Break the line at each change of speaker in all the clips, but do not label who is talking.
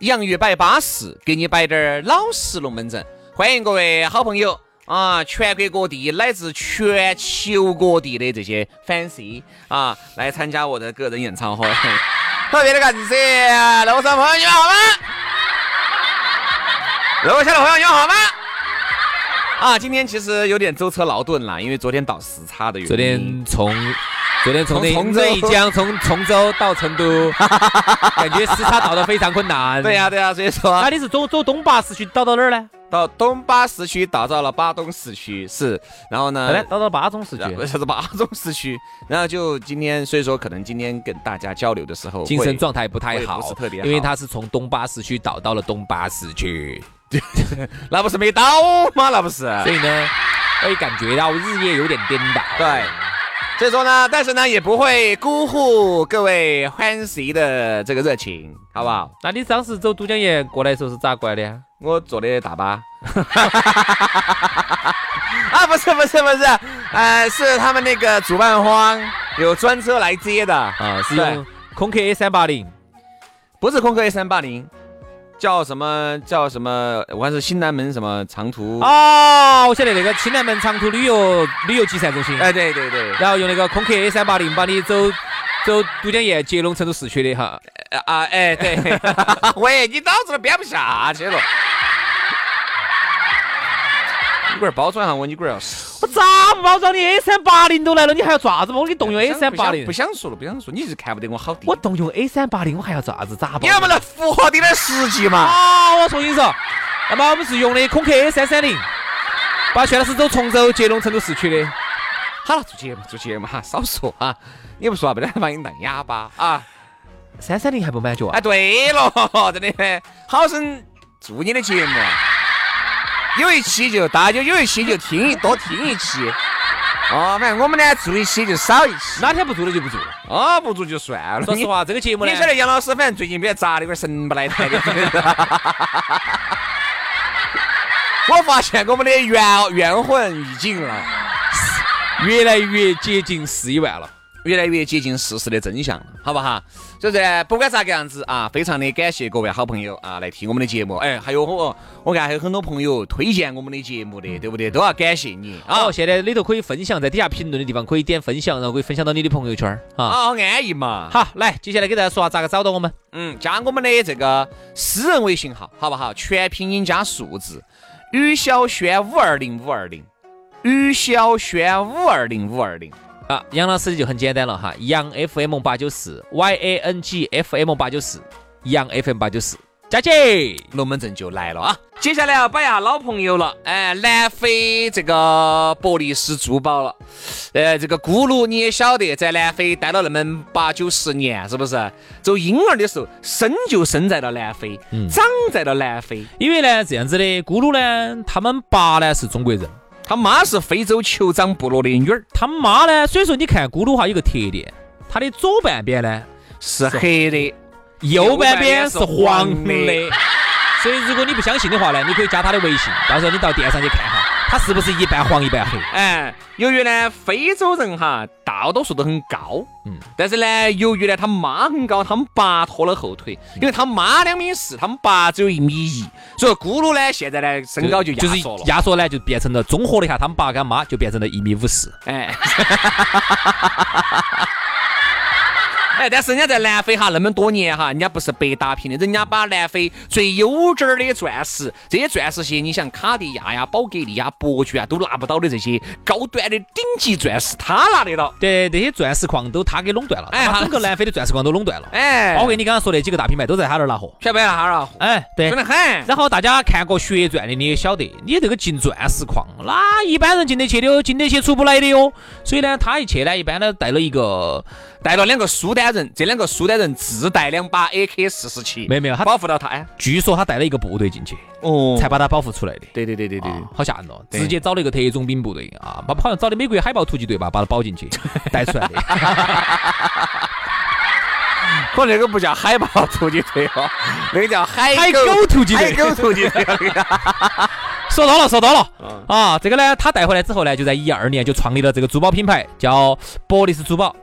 洋芋摆巴适，给你摆点儿老实龙门阵。欢迎各位好朋友啊，全国各地乃至全球各地的这些 fans 啊，来参加我的个人演唱会。特别的感谢楼上朋友你们好吗？楼下的朋友你们好吗？啊，今天其实有点舟车劳顿啦，因为昨天倒时差的原因。
昨天从昨天从
从
这
崇
这
州
一江从崇州到成都， 感觉时差倒得非常困难。
对、呀、对呀、所以说
那你是走走东坝市区倒到哪儿呢？
到东巴市区打造了巴东市区是，然后呢？
来倒哎到巴中市
啊不
区，
呃是是八种市 区，然后就今天，所以说可能今天跟大家交流的时候会，
精神状态不太
会不
好
是特，别好
因为他是从东坝市区倒到了东坝市区，
那不是没到吗？那不是？
所以呢，会感觉到日夜有点颠倒。
对，所以说呢，但是呢也不会辜负各位欢喜的这个热情，好不好？
那你当时走都江堰过来的时候是咋过来的呀？
我坐的大巴。 啊，不是不是不是，呃，是他们那个主办方有专车来接的，
啊，是
对
用空客 A 三八零，
不是空客 A 三八零，叫什么叫什么？我还是新南门什么长途？
哦，我晓得那个青南门长途旅游旅游集散中心，
哎，对对对，
然后用那个空客 A 三八零把你走走都江堰接龙成都市区的哈，
啊，哎， 对，喂，你脑子都编不下去了。你龟儿包装下我，你龟儿要死。
我咋不包装你 A 三八零都来了，你还要啥子嘛？我给你动用 A 三八零
不，想说了，不想说，你是看不得我好低。
我动用 A 三八零，我还要啥子？咋包
你能不能符合点点实际嘛？
啊，我重新说，那么我们是用的空客 A 三三零，把全老师走崇州接龙成都市区的。
好了，做节目做节目哈，少说啊。你不说话，不然把你当哑巴啊！
三三零还不满足啊
哎，？对了， 真的，好生做你的节目，啊有一期就大家就有一期就听一多听一期。哦，反正我们呢做一期就少一期，
哪天不做了就不做了。
哦不做就算了。
说实话，这个节目呢
你，晓得杨老师反正最近比较杂的，有点神不来 台的。我发现我们的缘缘魂已尽了，
越来越接近十一万了。
越来越接近事实的真相了，好不好？所以说，不管咋个样子啊，非常的感谢各位好朋友啊来听我们的节目。哎，还有我，我看还有很多朋友推荐我们的节目的，对不对？都要感谢你啊
哦，现在里头可以分享，在底下评论的地方可以点分享，然后可以分享到你的朋友圈儿啊。
啊，好安逸嘛。
好，来，接下来给大家说下啊咋个找到我们。
嗯，加我们的这个私人微信号，好不好？全拼音加数字，于小轩五二零五二零，于小轩五二零五二零。
啊，杨老师就很简单了哈，杨 FM 八九四，Y A N G F M 八九四，杨 FM 八九四，加起。
龙门阵就来了啊！接下来要摆下老朋友了，哎，南非这个伯利斯珠宝了，呃，这个咕噜你也晓得，在南非待了那么八九十年，是不是？做婴儿的时候，生就生在了南非，长在了南非，
因为呢，这样子的咕噜呢，他们爸呢是中国人，
他妈是非洲酋长部落的女儿，
他妈呢，所以说你看咕噜哈有个特点，它的左半边呢，
是黑的。
右半边是
右半
黄
边
的
是。
所以如果你不相信的话呢，你可以加他的微信，到时候你到店上去看哈，它是不是一半黄一半黑？
哎，由于呢非洲人哈大多数都很高，
嗯
嗯，但是呢由于呢他妈很高，他们爸拖了后腿，因为他妈两米四，他们爸只有一米一，所以咕噜呢现在呢身高就压
就是
缩了，
压缩呢，就变成了综合了一下，他们爸跟妈就变成了一米五四。
哎。 哎，但是人家在南非哈那么多年哈，人家不是白打拼的，人家把南非最优质儿的钻石，这些钻石些，你像卡地亚呀、宝格丽呀、伯爵啊，都拿不到的这些高端的顶级钻石，他拿得到。
对，这些钻石矿都他给垄断了，
哎
他把
好
整个南非的钻石矿都垄断了。
哎，
包括你刚刚说那几个大品牌都在他那儿拿货。
小白拿哈了，
哎，对
准。得很。
然后大家看过《血钻》的，你也晓得，你这个进钻石矿，那一般人进得去的哟，进得去出不来的哟。所以呢，他一去呢，一般呢带了一个
带了两个苏丹人，这两个苏丹人自带两把 AK 四十七，
没有没有他
保护到他。哎
据说他带了一个部队进去，
哦
才把他保护出来的。
对对对对对，
啊，好吓人哦！
对
直接找了一个特种兵部队啊，把好像找的美国海豹突击队吧，把他保进去，带出来的。
可那个不叫海豹突击队哦，那个叫海
海狗突击队
海狗突击队。那个
说到了，说到了啊！这个呢，他带回来之后呢，就在一二年就创立了这个珠宝品牌，叫博利斯珠宝，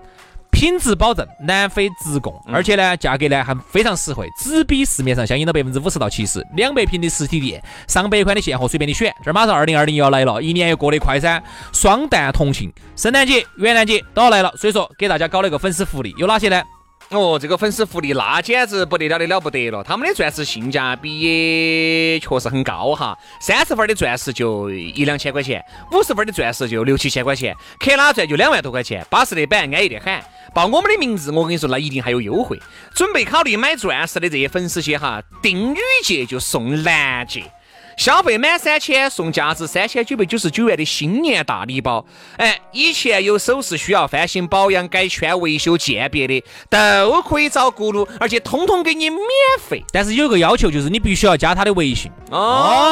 品质保证，南非直供，
嗯
而且呢，价格呢还非常实惠，只比市面上相应的百分之五十到七十。两百平的实体店，上百款的现货随便你选。这儿马上二零二零要来了，一年又过得快噻。双旦同庆，圣诞节、元旦节都要来了，所以说给大家搞了一个粉丝福利，有哪些呢？
哦，这个粉丝福利那简直不得了的了不得了，他们的钻石性价比也确实很高哈，三十分的钻石就一两千块钱，五十分的钻石就六七千块钱，克拉钻就两万多块钱，巴适的板，安逸的很。报我们的名字，我跟你说，那一定还有优惠。准备考虑买钻石的这些粉丝些哈，订女戒就送男戒。消费满三千送价值三千九百九十九元的新年大礼包。哎，以前有首饰需要翻新保养、改圈、维修、鉴别的，都可以找咕噜，而且通通给你免费。
但是有一个要求，就是你必须要加他的微信
哦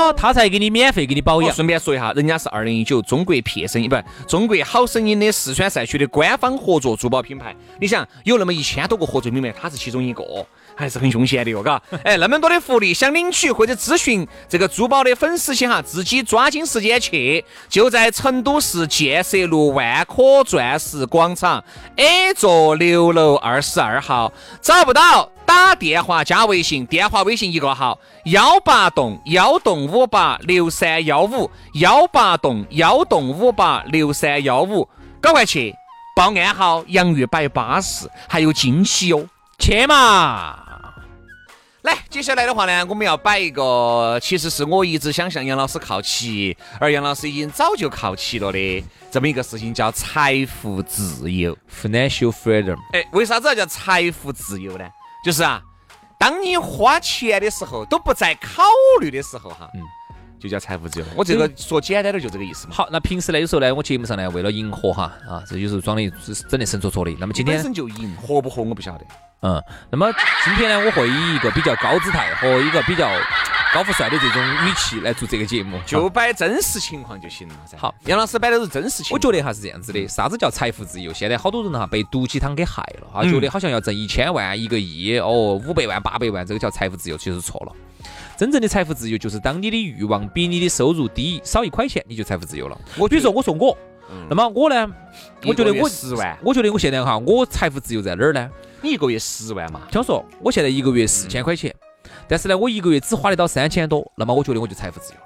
哦，他才给你免费给你保
我
养。
顺便说一下，人家是二零一九中国撇声音不，中国好声音的四川赛区的官方合作珠宝品牌。你想，有那么一千多个合作品牌，它是其中一个，哦 还是很凶险的哟，嘎。哎，那么多的福利，想领取或者咨询这个珠宝的粉丝些哈，自己抓紧时间去，就在成都市建设路万科钻石广场 A 座六楼二十二号，找不到。打电话加微信，电话微信一个号：幺八栋幺栋五八六三幺五，幺八栋幺栋五八六三幺五，赶快去报暗号“洋芋摆巴士”，还有惊喜哦！
去嘛！
来，接下来的话呢，我们要摆一个，其实是我一直想向杨老师靠齐，而杨老师已经早就靠齐了的这么一个事情，叫财富自由。
financial freedom。
哎，为啥子要叫财富自由呢？就是啊，当你花钱的时候都不再考虑的时候，哈，嗯，就叫财富自由。我这个说简单点，就这个意思嘛。
好，那平时呢，有时候呢，我节目上呢，为了迎合哈啊，这有时候装的整的神戳戳的。那么今
本
天，
身就赢，活不活我不晓得。
嗯，那么今天呢，我会以一个比较高姿态和一个比较高富帅的这种语气来做这个节目。
就
啊
摆真实情况就行了噻。
好
杨老师摆的都是真实情
我
况。
觉得哈是这样子的，啥子叫财富自由？现在好多人哈被毒鸡汤给害了哈，觉得好像要挣一千万、一个亿、哦五百万、八百万，这个叫财富自由，其实错了。真正的财富自由就是当你的欲望比你的收入低少一块钱，你就财富自由了。
我嗯
比如说我说我，那么我呢，我觉得
一个
我
月十万
我觉得我现在哈，我财富自由在哪儿呢？
你一个月十万嘛，
听说我现在一个月四
嗯
千块钱，但是呢，我一个月只花得到三千多，那么我觉得我就财富自由了。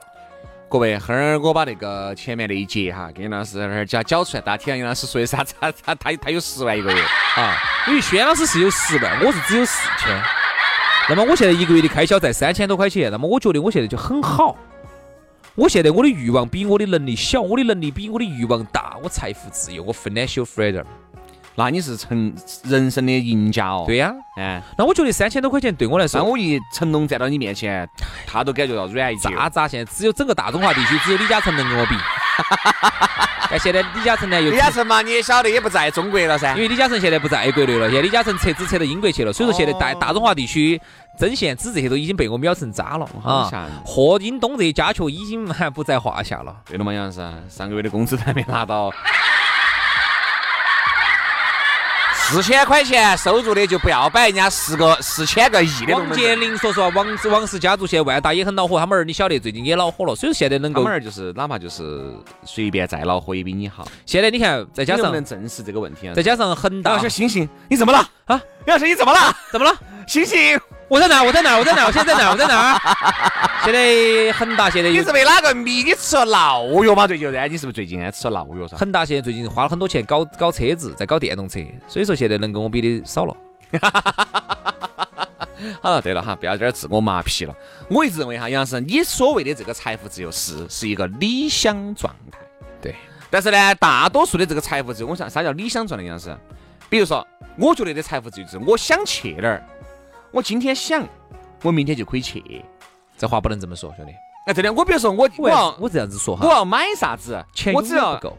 各位，后儿我把那个前面那一节哈，给杨老师那儿讲讲出来，大家听杨老师说的啥？他他他他有十万一个月。
啊，因为轩老师是有十万，我是只有四千。那么我现在一个月的开销在三千多块钱，那么我觉得我现在就很好。我现在我的欲望比我的能力小，我的能力比我的欲望大，我财富自由，我 financial freedom。
那你是成人生的赢家哦。
对，呀、
哎，
那我觉得三千多块钱对我来说
那，我一成龙站到你面前，他都感觉到软一截。
渣渣现在只有整个大中华地区只有李嘉诚能跟我比。 但现在李嘉诚呢又
李嘉诚哎嘛，你也晓得，也不在中国了噻
因。为李嘉诚现在不在国内了，现在李嘉诚撤资撤到英国去了，所以说现在大
哦
大中华地区针线纸这些都已经被我秒成渣了
好吓
啊
人！
霍英东这些家雀已经 不在话下了。
对了嘛，杨老师，上个月的工资都还没拿到，四千块钱收入的就不要摆人家十个四千个亿的龙
王
门
健
阵。
林，说实话，王王氏家族现在万达也很恼火，他们儿你晓得最近也恼火了，所以现在能
哥
够
们，儿就是哪怕就是随便再恼火也比你好，
现在你看再加
你能
上
不能正视这个问题啊？
再加上恒大
老师，星星，你怎么了
啊？
杨老师，你怎么了？
怎么了？
星星，
我在哪？我在哪？我在哪？我现在在哪？我在哪？ 现在恒大现在
你
有
是被哪个迷？你吃了闹药吗？最近噻，你是不是最近还吃了闹药噻？
恒大现在最近花了很多钱搞搞车子，在搞电动车，所以说现在能跟我比的少了。
好了，对了哈，不要在这儿自我麻痹了。我一直认为哈，杨老师，你所谓的这个财富自由是是一个理想状态，
对。
但是呢，大多数的这个财富自由，我想啥叫理想状态？杨老师，比如说，我觉得的财富自由就是我想去哪儿，我今天想，我明天就可以去。
这话不能这么说，兄弟。
哎，真的，我比如说我我
我要
要
我这样子说
我
哈，
要买啥子，
钱
我
永
只
远
要
不够。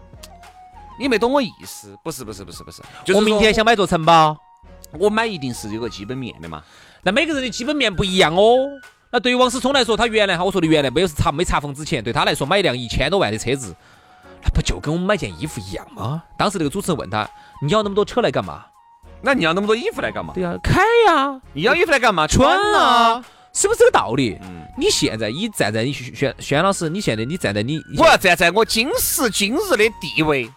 你没懂我意思，不是不是不是不是，就是
我明天
说
想买座城堡，
我买一定是有个基本面的嘛。
那每个人的基本面不一样哦。那对于王思聪来说，他原来哈，我说的原来没有是查没查封之前，对他来说买一辆一千多万的车子，那不就跟我们买件衣服一样吗？当时那个主持人问他，你要那么多车来干嘛？
那你要那么多衣服来干嘛？
对呀、开呀、
你要衣服来干嘛？
穿
啊！
啊，是不是这个道理？
嗯
你现在你站在你轩轩轩老师，你现在你站在你
我要站在我今时今日的地位，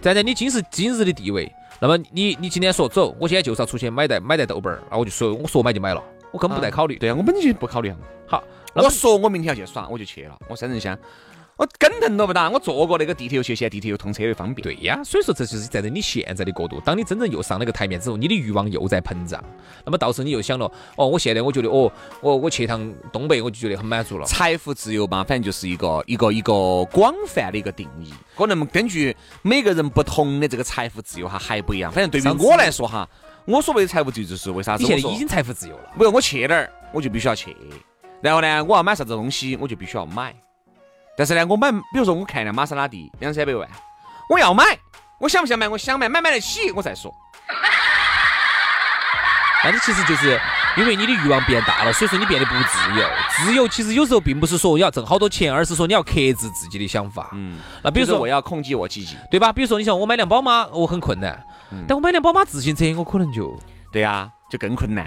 站在你今时今日的地位，那么你你今天说走，我现在就是要出去买袋买袋豆瓣儿，那我就说我说买就买了，我根本不带考虑。
对啊，我本就不考虑啊。
好，那么
我说我明天要去耍，我就去了。我三人乡，我根疼都不打，我坐过那个地铁又去，现在地铁又通车又方便。
对呀，所以说这就是站在你现在的角度。当你真正又上了个台面之后，你的欲望又在膨胀，那么到时候你又想了，哦，我现在我觉得，哦，我我去一趟东北，我就觉得很满足了。
财富自由嘛，反正就是一个一个一个广泛的一个定义，可能根据每个人不同的这个财富自由哈还不一样。反正对
上
于
次
我来说哈，我所谓的财富自由就是为啥子
你
我
现在
说
已经财富自由了，
比如我去哪儿，我就必须要去。然后呢，我要买啥子东西，我就必须要买。但是呢，我买，比如说我看一辆玛莎拉蒂两三百万，我要买，我想不想买？我想买，买买得起我再说。
那你其实就是因为你的欲望变大了，所以说你变得不自由。自由其实有时候并不是说要挣好多钱，而是说你要克制自己的想法。
嗯，
那比如说
我要控制我自己。
对吧？比如说你想我买辆宝马，我很困难，但我买辆宝马自行车，我可能就
对啊，就更困难。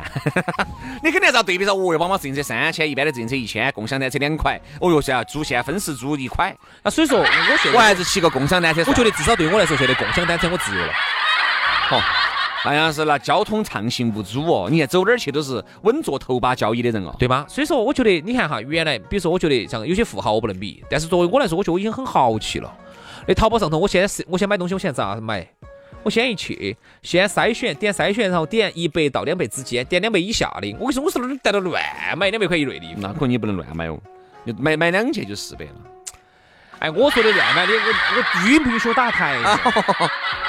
你肯定要对比上，哦哟，宝马自行车三千，一般的自行车一千，共享单车两块。哦哟，现在租现在分时租一块，
那啊所以说我现
我
在
还是骑个共享单车算了。
我觉得至少对我来说，现在共享单车我自由了。
哦好，那样是那交通畅行无阻哦，你看走哪儿去都是稳坐头把交椅的人哦。
对吧？所以说，我觉得你看哈，原来比如说，我觉得像有些富豪我不能比，但是作为我来说，我觉得我已经很豪气了。那淘宝上头，我现在是我先买东西，我现在咋买？我先一去，先筛选，点筛选，然后点一百到两百之间，点两百以下的。我跟你说，我是那儿带到乱买两百块一内的衣服。
那可能你不能乱买哦，你买买两件就四百了。
哎，我说的乱买的，我我允不允许我打台子？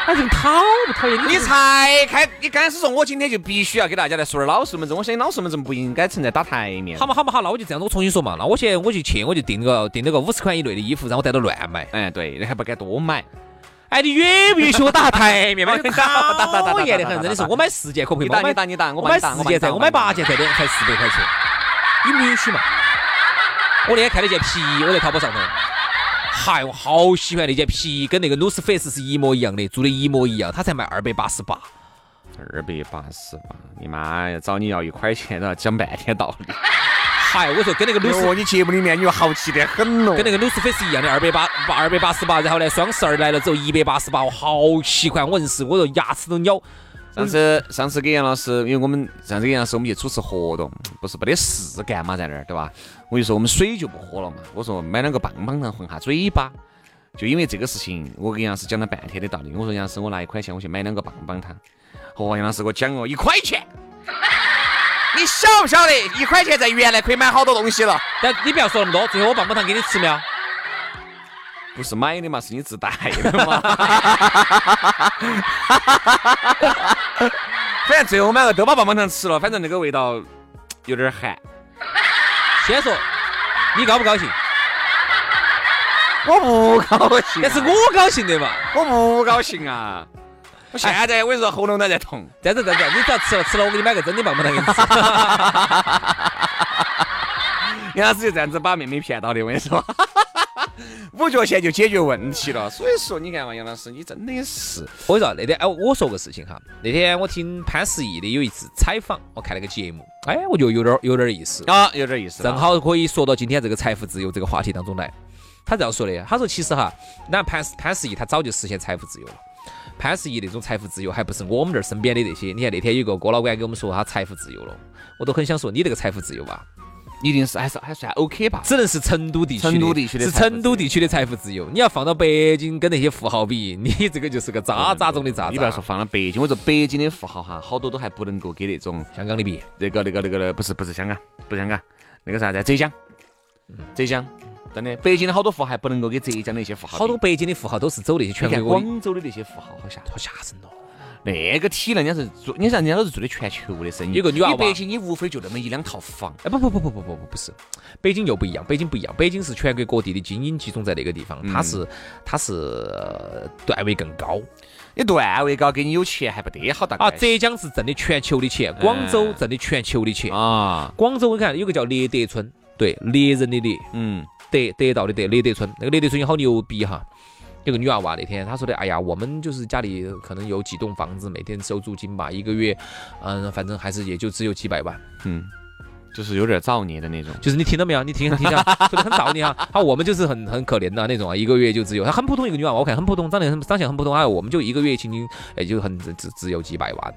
哎，这个讨不讨厌？
你才开，你刚开始说我今天就必须要给大家来说点老实门阵，我相信老实门阵不应该存在打台面。
好嘛好嘛好，那我就这样子，我重新说嘛。那我现在我就去，我就订个订了个五十块以内的衣服，然后带到乱买。
哎，对，你还不敢多买，
哎，你允不允许我 打台面嘛？哎讨厌的很，真的是。我买十件可不可以
你
嘛？
打
我买
你打你打，
我
帮
买
你打，
十件才，我买八件才两才四百块钱，你不允许嘛？我那天看了一件皮衣，我在淘宝上头，嗨，我好喜欢那件皮衣，跟那个 Lucy Face 是一模一样的，做的一模一样，它才卖二百八十八。
二百八十八，你妈呀！找你要一块钱都要讲半天道理。
嗨，我说跟那个 Lucy
哎你节目里面你又豪气得很哦
跟那个 Lucy Face 一样的二百八八二百八十八，然后呢，双十二来了之后一百八十八，我好喜欢，我硬是我说牙齿都咬。
上次上次给杨老师，因为我们上次给杨老师我们去主持活动，不是没得事干嘛，在那儿对吧？我就说我们水就不喝了嘛，我说买两个棒棒糖混下嘴巴。就因为这个事情，我跟杨老师讲了半天的道理。我说杨老师，我拿一块钱，我去买两个棒棒糖。哦，杨老师给我讲哦，一块钱， 你晓不晓得？一块钱在原来可以买好多东西了。
但你不要说那么多，最后我棒棒糖给你吃没有？
不是买的嘛，是你自带的 嘛。反正最后买个都把棒棒糖吃了，反正那个味道有点寒。
先说你高不高兴？
我不高兴
但
但是
是
我
我高兴的嘛。
我不高兴啊！我现在我跟你说喉咙都在痛。
这样子这样子，你只要吃了吃了，我给你买个真的棒棒糖给你吃。
杨老师就这样子把妹妹骗到的，我跟你说。 五角钱就解决问题了。所以说，你看嘛，杨老师，你真的是
我跟你说那天，哎，我说个事情哈，那天我听潘石屹的有一次采访，我看了个节目，哎，我就有点儿有点儿意思，
啊，有点意思了。
正好可以说到今天这个财富自由这个话题当中来。他这样说的，他说其实哈，那潘潘石屹他早就实现财富自由了。潘石屹那种财富自由，还不是我们这儿身边的那些。你看那天有一个郭老倌给我们说他财富自由了，我都很想说你这个财富自由吧，
一定是还是还算 OK 吧？
只能是成都地区的，
成都地区
是
的财富自由
成都地区的财富自由。你要放到北京跟那些富豪比，你这个就是个渣渣中的渣
你不要说
渣，
放到北京，我说北京的富豪哈，好多都还不能够给那种
香港的比。
那个那个那个那不是不是香港，不是香港，啊那个啥在浙江，
嗯
浙江，真的，北京的好多富豪还不能够给浙江的一些富豪比。
好多北京的富豪都是走那些全
你看
国的，
广州的那些富豪好吓人，
好吓人哦。
那个体量人家是做，你像人家都是做的全球的生意。
有个女娃娃
你北京你无非就那么一两套房，
哎，不不不不不不不不是，北京又不一样，北京不一样，北京是全国各地的精英集中在那个地方，它
嗯
是它是呃段位更高
你段位高，跟你有钱还不得好大
啊。
关系
浙江是挣的全球的钱，广州挣的全球的钱。
啊，
广州我看有个叫猎德村，对，猎人的猎，
嗯，
得得到的得，猎德村那个猎德村也好牛逼哈。有个女娃娃那天她说的，哎呀，我们就是家里可能有几栋房子，每天收租金吧，一个月，嗯，反正还是也就只有几百万。
嗯，就是有点造孽的那种。
就是你听到没有？你听听一下， 说的很造孽啊！啊，我们就是很很可怜的那种啊，一个月就只有她很普通一个女娃娃，我看很普通，长得很长相很普通啊，我们就一个月仅仅也就很只只只有几百万。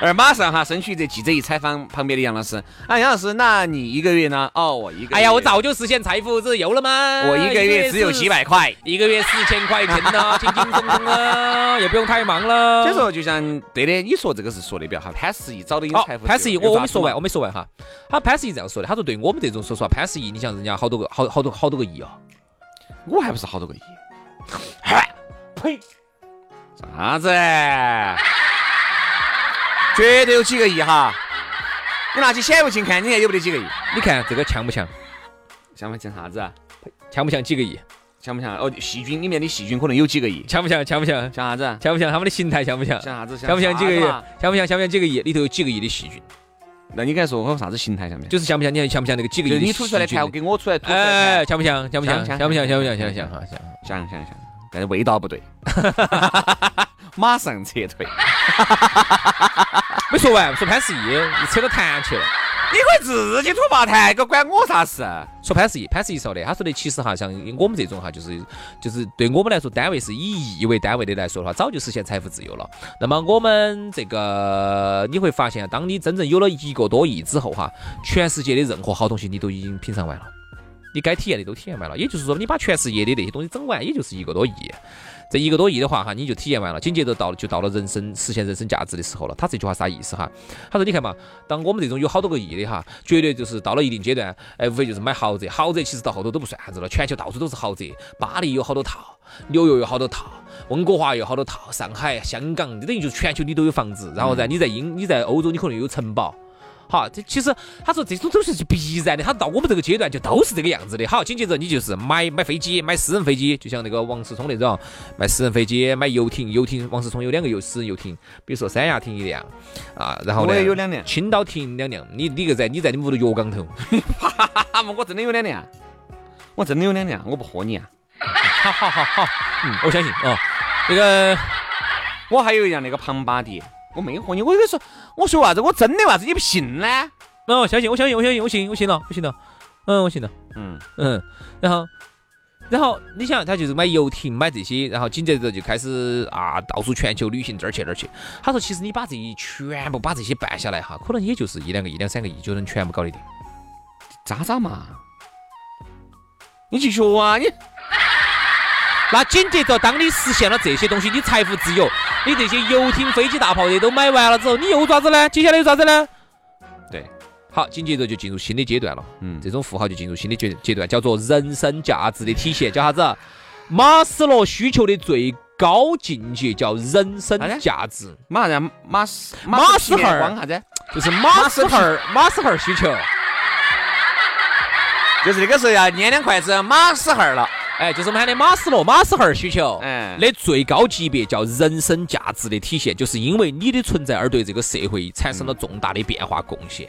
而马上哈，身躯这记者一采访旁边的杨老师，啊，杨老师，那你一个月呢？哦，我一个，
哎呀，我，早就实现财富自由了嘛！
我一个月只有几，百块。
一个月四千块钱呢、轻轻松松啊，也不用太忙了。
所以说，就像对的，你说这个是说的比较好。潘石屹找的有
好
财，富自由，
潘石屹，我
有
哦我
啥
没说
子嘛
完，我没说完哈。他潘石屹这样说的，他说对我们这种，说实话，潘石屹，你想人家好多个，好好多好多个亿啊，
我还不是好多个亿。呸！啥 子？绝对有几个亿哈！你拿起显微镜看，你看有没得几个亿？
你看这个强不强？
像不像啥子啊？
强不强？几个亿？
像不像？哦，细菌里面的细菌可能有几个亿，
强不强？强不强？
像啥子啊？
像不像他们的形态？像不像？
像啥子？啊
像不像几个亿
啥子嘛？？
像不像？像不像几个亿？里头有几个亿的细菌，
那你刚才说我有啥子形态上面？
就是像不像？你看像不像那个几个亿
就
的
是
细菌？
你吐出来的痰跟我吐出来吐出来啊
哎，
的
像不像？像不像？
像
像不像？
像
像不像？像不像？哈，像。
痰，像像像，但是味道不对， 马上撤退。
没说完，说潘石屹，你扯到痰去了。
你可以自己吐爆痰，个管我啥事？
说潘石屹，潘石屹说的，他说的其实哈，像我们这种哈，就是就是对我们来说，单位是以亿为单位的来说的话，早就实现财富自由了。那么我们这个你会发现，啊当你真正有了一个多亿之后哈，全世界的任何好东西你都已经品尝完了，你该体验的都体验完了，也就是说，你把全世界的那些东西整完，也就是一个多亿。这一个多亿的话哈，你就体验完了，紧接着到了就到了人生实现人生价值的时候了。他这句话啥意思哈？他说你看嘛，当我们这种有好多个亿的哈，绝对就是到了一定阶段，哎，无非就是买豪宅。豪宅其实到后头都不算啥子了，全球到处都是豪宅，巴黎有好多套，纽约有好多套，温哥华有好多套，上海、香港，等于就是全球你都有房子。然后
嗯
呢，你在英你在欧洲你可能有城堡。好，这其实他说这种都是必然的，他到我们这个阶段就都是这个样子的。好，紧接着你就是买买飞机，买私人飞机，就像那个王思聪那种，买私人飞机，买游艇，游艇王思聪有两个游私人游艇，比如说三亚艇一辆啊，然后呢
我也有两辆
青岛艇两辆，你你个在你在你们屋头药缸头。
哈哈，啊我真的有两辆，我真的有两辆，我不喝你啊！
好好好好，嗯，我相信啊、那个
我还有一辆那个庞巴迪，我没喝你，我跟你说，我说啥子？我真的啥子？你不信呢？
嗯，我相信，我相信，我相信，我信，我信了，我信了，嗯，我信了，
嗯，
嗯，然后。然后你想，他就是买游艇，买这些，然后紧接着就开始啊，到处全球旅行，这儿去那儿去。他说，其实你把这一全部把这些办下来哈，可能也就是一两个亿、两三个亿就能全部搞得定。
渣渣嘛，你去学啊！你
那紧接着，当你实现了这些东西，你财富自由，你这些游艇、飞机、大炮这都买完了之后，你又咋子呢？接下来又咋子呢？
对，
好，紧接着就进入新的阶段了。
嗯
这种富豪就进入新的阶阶段，叫做人生价值的体现，叫啥子？马斯洛需求的最高境界叫人生
啥子
价值，
马上马斯
马斯赫尔
往啥子？
就是马斯
斯
赫尔马斯赫尔需求。
就是那个时候要捏两筷子马斯赫尔了。
哎，就是我们喊的马斯洛马斯赫尔需求，
嗯
的最高级别叫人生价
嗯
值的体现，就是因为你的存在而对这个社会产生了重大的变化贡献。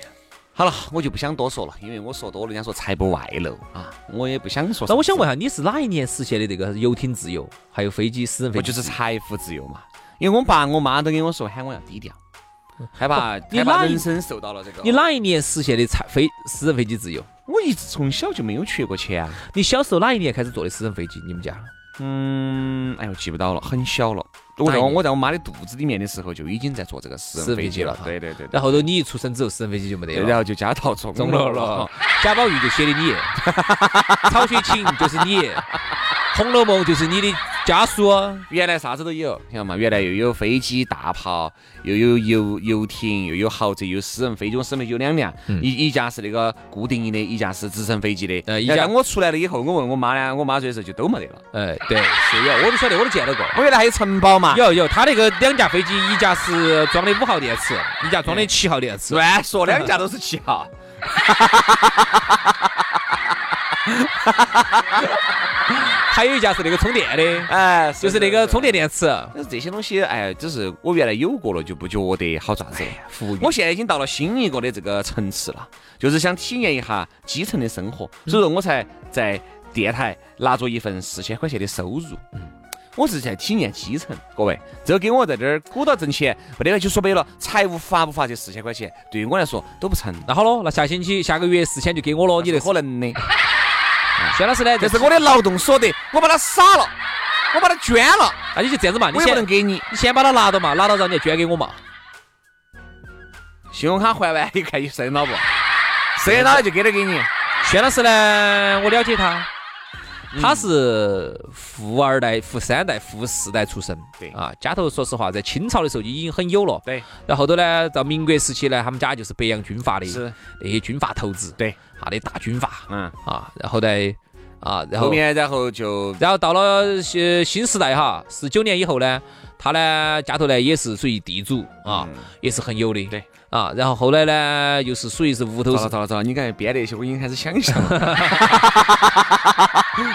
好了，我就不想多说了，因为我说多了，人家说财不外露啊，我也不想说。
那我想问，下，你是哪一年实现的这个游艇自由，还有飞机私人飞
我
机
就
自
是
由？
财富自由嘛，因为我爸我妈都跟我说喊我要低调，害怕
嗯哦你
害怕
哪一
人生受到了这个。
你？哪一年实现的财飞私人飞机自由？
我一直从小就没有缺过钱啊。
你小时候哪一年开始坐的私人飞机？你们家？
嗯，哎呦，记不到了，很小了。我
哪
在
一
我
年
我在我妈的肚子里面的时候就已经在坐这个
私
私
人
人
飞
飞
机
机
了
了
哈，
对对对，
然后头你一出生之后，私人飞机就没得
对
了
然。后就家道中
中了了，，贾宝玉就写的你， 曹雪芹就是你，《红楼梦》就是你的家书，
原来啥子都有，晓得嘛？原来又有飞机、大炮，又有游游艇，又有豪宅，又有私人飞机。我私人飞机有两辆，
嗯
一一架是那个固定的，一架是直升飞机的。
呃一
然后
架
当我出来了以后，我问我妈呢，我妈说的时候就都没得了。
哎，对，是有，我都晓得，我都见到过。
我原来还有城堡嘛，
有有，他那个两架飞机，一架是装的五号电池，一架装的七号电池。
乱说，两架都是七号。
还有一架是那个充电的，
哎，
就是那个充电。电池。
但是这些东西，哎，只是我原来有过了，就不觉得好咋子。
哎服务
我现在已经到了新一个的这个层次了，就是想体验一下基层的生活，所
嗯
以说我才在电台拿着一份四千块钱的收入。
嗯
我是在体验基层，各位，这跟我在这儿鼓捣挣钱，没得个就说白了，财务发不发这四千块钱，对于我来说都不成，
那好了，那下星期下个月四千就给我哦了，你那
可能的。
薛老师呢？
这是我的劳动所得，我把它撒了，我把它捐了，
那你就这样子啊嘛，你
我也不能
先
给你。
你先把它拿到嘛，拿到然后你再捐给我嘛。
信用卡还完，一看有剩 了不？剩了就给点给你。
薛老师呢，我了解他，
嗯
他是富二代、富三代、富四代出身，
对
啊，家头说实话，在清朝的时候就已经很有了，
对。
然后后头呢，到民国时期呢，他们家就是北洋军阀的，
是
那些军阀头子，
对，
他的大军阀
嗯，
啊，然后呢，啊，然
后
后
面然后就
然后到了呃新时代哈，十九年以后呢，他呢家头呢也是属于地主啊，也是很有的，
嗯对
啊，然后后来呢，又是属于是屋头
糟
是
了糟了糟了，你刚才编那些，我已经开始想象 了。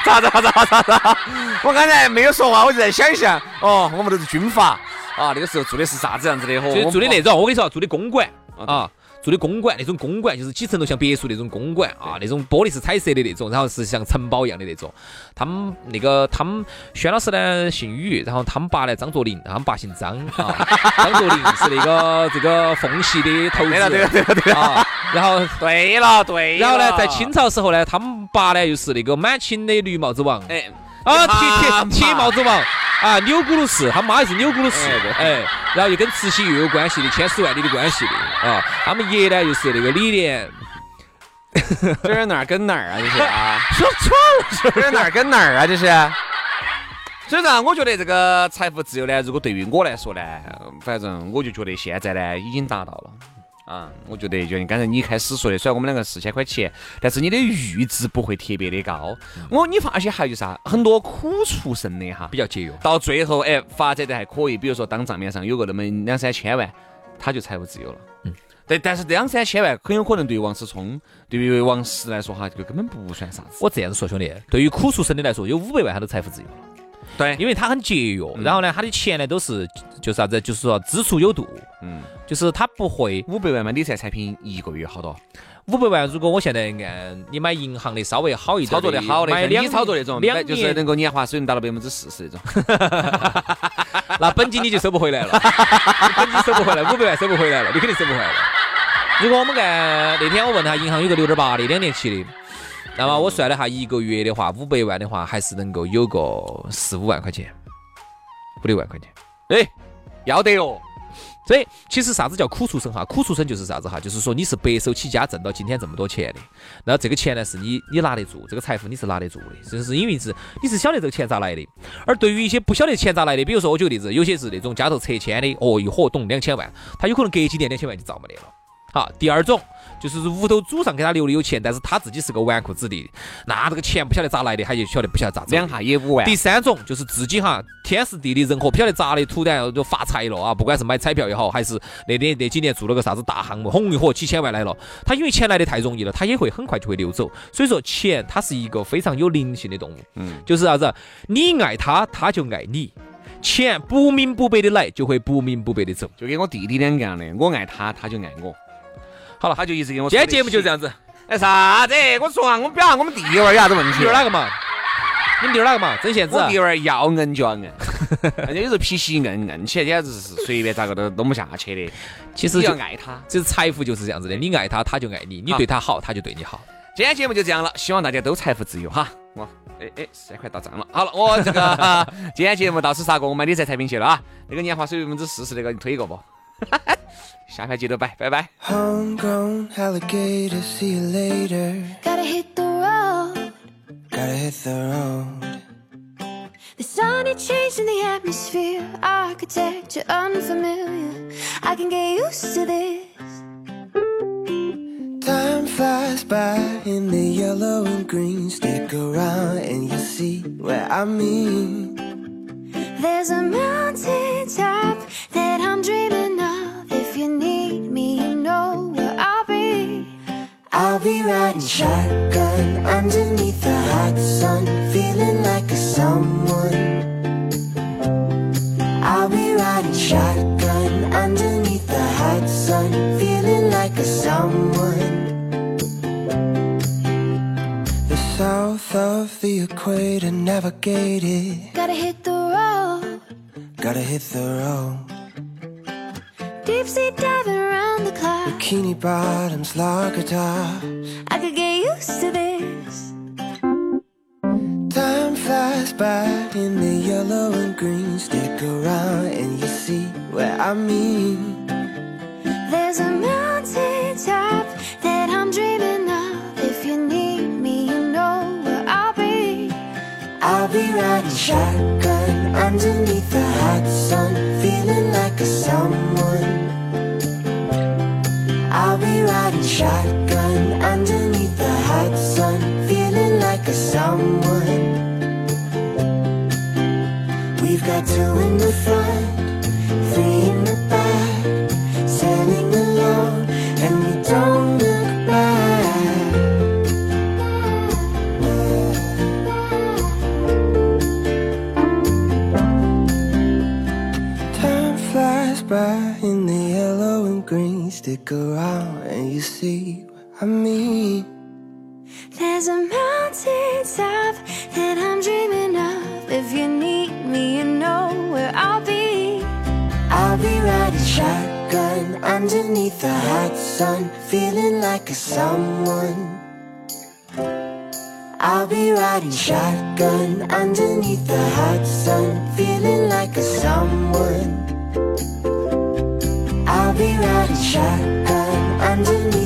咋咋咋咋咋？我刚才没有说话，我就在想象。哦，我们都是军阀啊，那个时候做的是啥子样子的？哦
所以
我
住的
们
那种，我跟你说啊，住的公馆
啊对
啊，住的公馆那种公馆，就是几层楼像别墅那种公馆啊，那种玻璃是彩色的那种，然后是像城堡一样的那种。他们那个他们轩老师呢姓宇，然后他们爸呢张作霖，他们爸姓张啊， 张作霖是那个这个奉系的头子，
对了对了对了对了
啊，然 后。
对了对了。
然后呢，在清朝时候呢，他们爸呢又是那个满清的绿帽子王，
哎
啊，
他
铁铁铁
妈
帽子王啊，钮钴禄氏，他妈也是钮钴禄氏
哎对，
哎，然后又跟慈禧又有关系的，千丝万缕的关系的啊。他们爷呢又是那个李莲，
这是哪儿跟哪儿啊？这是啊，
说错
这是哪儿跟哪儿啊？这是。所以呢，我觉得这个财富自由呢，如果对于我来说呢，反正我就觉得现在呢已经达到了。啊，我觉得就像刚才你开始说的，虽然我们两个四千块钱，但是你的阈值不会特别的高。我你发现还有啥？很多苦出身的哈
比，较节约。
到最后哎发展的还可以，比如说当账面上有个那么两三千万，他就财务自由了。嗯。但但是两三千万很有可能对于王思聪、对于王石来说哈，这个根本不算啥子。
我这样子说，兄弟，对于苦出身的来说，有五百万他都财富自由了，
对
因为他很节约。
嗯
然后呢，他的钱呢都是就是啥子，就是说支出有度，
嗯，
就是他不会
五百万买理财产品一个月好多？
五百万。如果我现在按你买银行的稍微好一点，
操作的好的，
买
像
两
你操作那种，
两
买就是
年
能够年化水平达到百分之四十那种。
那本金你就收不回来了， 你本金收不回来，五百万收不回来了，你肯定收不回来了。如果我们按那天我问他银行有个六点八的两年期的，那么我算了一下，一个月的话五百万的话，还是能够有个四五万块钱，五六万块钱。
哎，要得 哦。
所以其实啥子叫苦出身哈？苦出身就是啥子哈？就是说你是白手起家挣到今天这么多钱的，然后这个钱呢是你你拿得住，这个财富你是拿得住的，就是因为是你是晓得这个钱咋来的。而对于一些不晓得钱咋来的，比如说我举个例子，有些是那种家头拆迁的，哦一伙动两千万，他有可能隔几年两千万就遭没得了。好，第二种就是屋头祖上给他留的有钱，但是他自己是个纨绔子弟，那这个钱不晓得咋来的，他就晓得不晓得咋走的
两下也五万
第。三种就是自己哈，天时地利人和，不晓得咋的，突然就发财了啊！不管是买彩票也好，还是那天那几年做了个啥子大项目，红一火几千万来了，他因为钱来的太容易了，他也会很快就会流走。所以说，钱它是一个非常有灵性的动物，
嗯，
就是啥子，你爱它，它就爱你。钱不明不白的来，就会不明不白的走。
就跟我弟弟两个样的，我爱他，他就爱我。
好了，
他就一直给我。
今天节目就这样
样。
子。
哎，啥子？我说啊，我们表达我们地位有啥子问
你
题？
弟儿哪个嘛？你们弟儿哪个嘛？真贤子
我。弟儿要硬就要硬， 人家有时候脾气硬硬起来，简直是随便咋个都弄不下去的。
其实
你要
就
爱他。
其实财富就是这样子的，你爱他，他就爱你；你
啊
对他好，他就对你好。
今天节目就这样了，希望大家都财富自由哈。我哎哎，时间快到账了，好了，我这个今天节目到此杀过，我买理财产品去了啊。那个年化收益百分之四十那个，你推一个不？ 下盘记得摆，拜拜。
Homegrown alligator, see you later.
Gotta hit the road.
Gotta hit the road.
The sun is changing the atmosphere. Architecture unfamiliar. I can get used to this.
Time flies by in the yellow and green. Stick around and you'll see what I mean.
There's a mountain top that I'm dreaming of. If you need me, you know where I'll be.
I'll be riding shotgun underneath the hot sun, feeling like a someone. I'll be riding shotgun underneath the hot sun, feeling like a someone. The south of the equator navigated,
Gotta hit the road.
gotta hit the road.
Deep sea diving around the clock.
Bikini bottoms, lager top.
I could get used to this.
Time flies by in the yellow and green. Stick around and you see what I mean.
There's a mountain top that I'm dreaming of. If you need me, you know where I'll be.
I'll be riding shotgun underneath the hot sun, feeling like a someone. I'll be riding shotgun underneath the hot sun, feeling like a someone. We've got two in the front, three in the back, sailing alone, and we don't look back. Time flies by in the yellow and green. Stick around and you see what I mean.
There's a mountain top that I'm dreaming of. If you need me, you know where I'll be.
I'll be riding shotgun underneath the hot sun, feeling like a someone. I'll be riding shotgun underneath the hot sun, feeling like a someone. I'll be riding shotgun underneath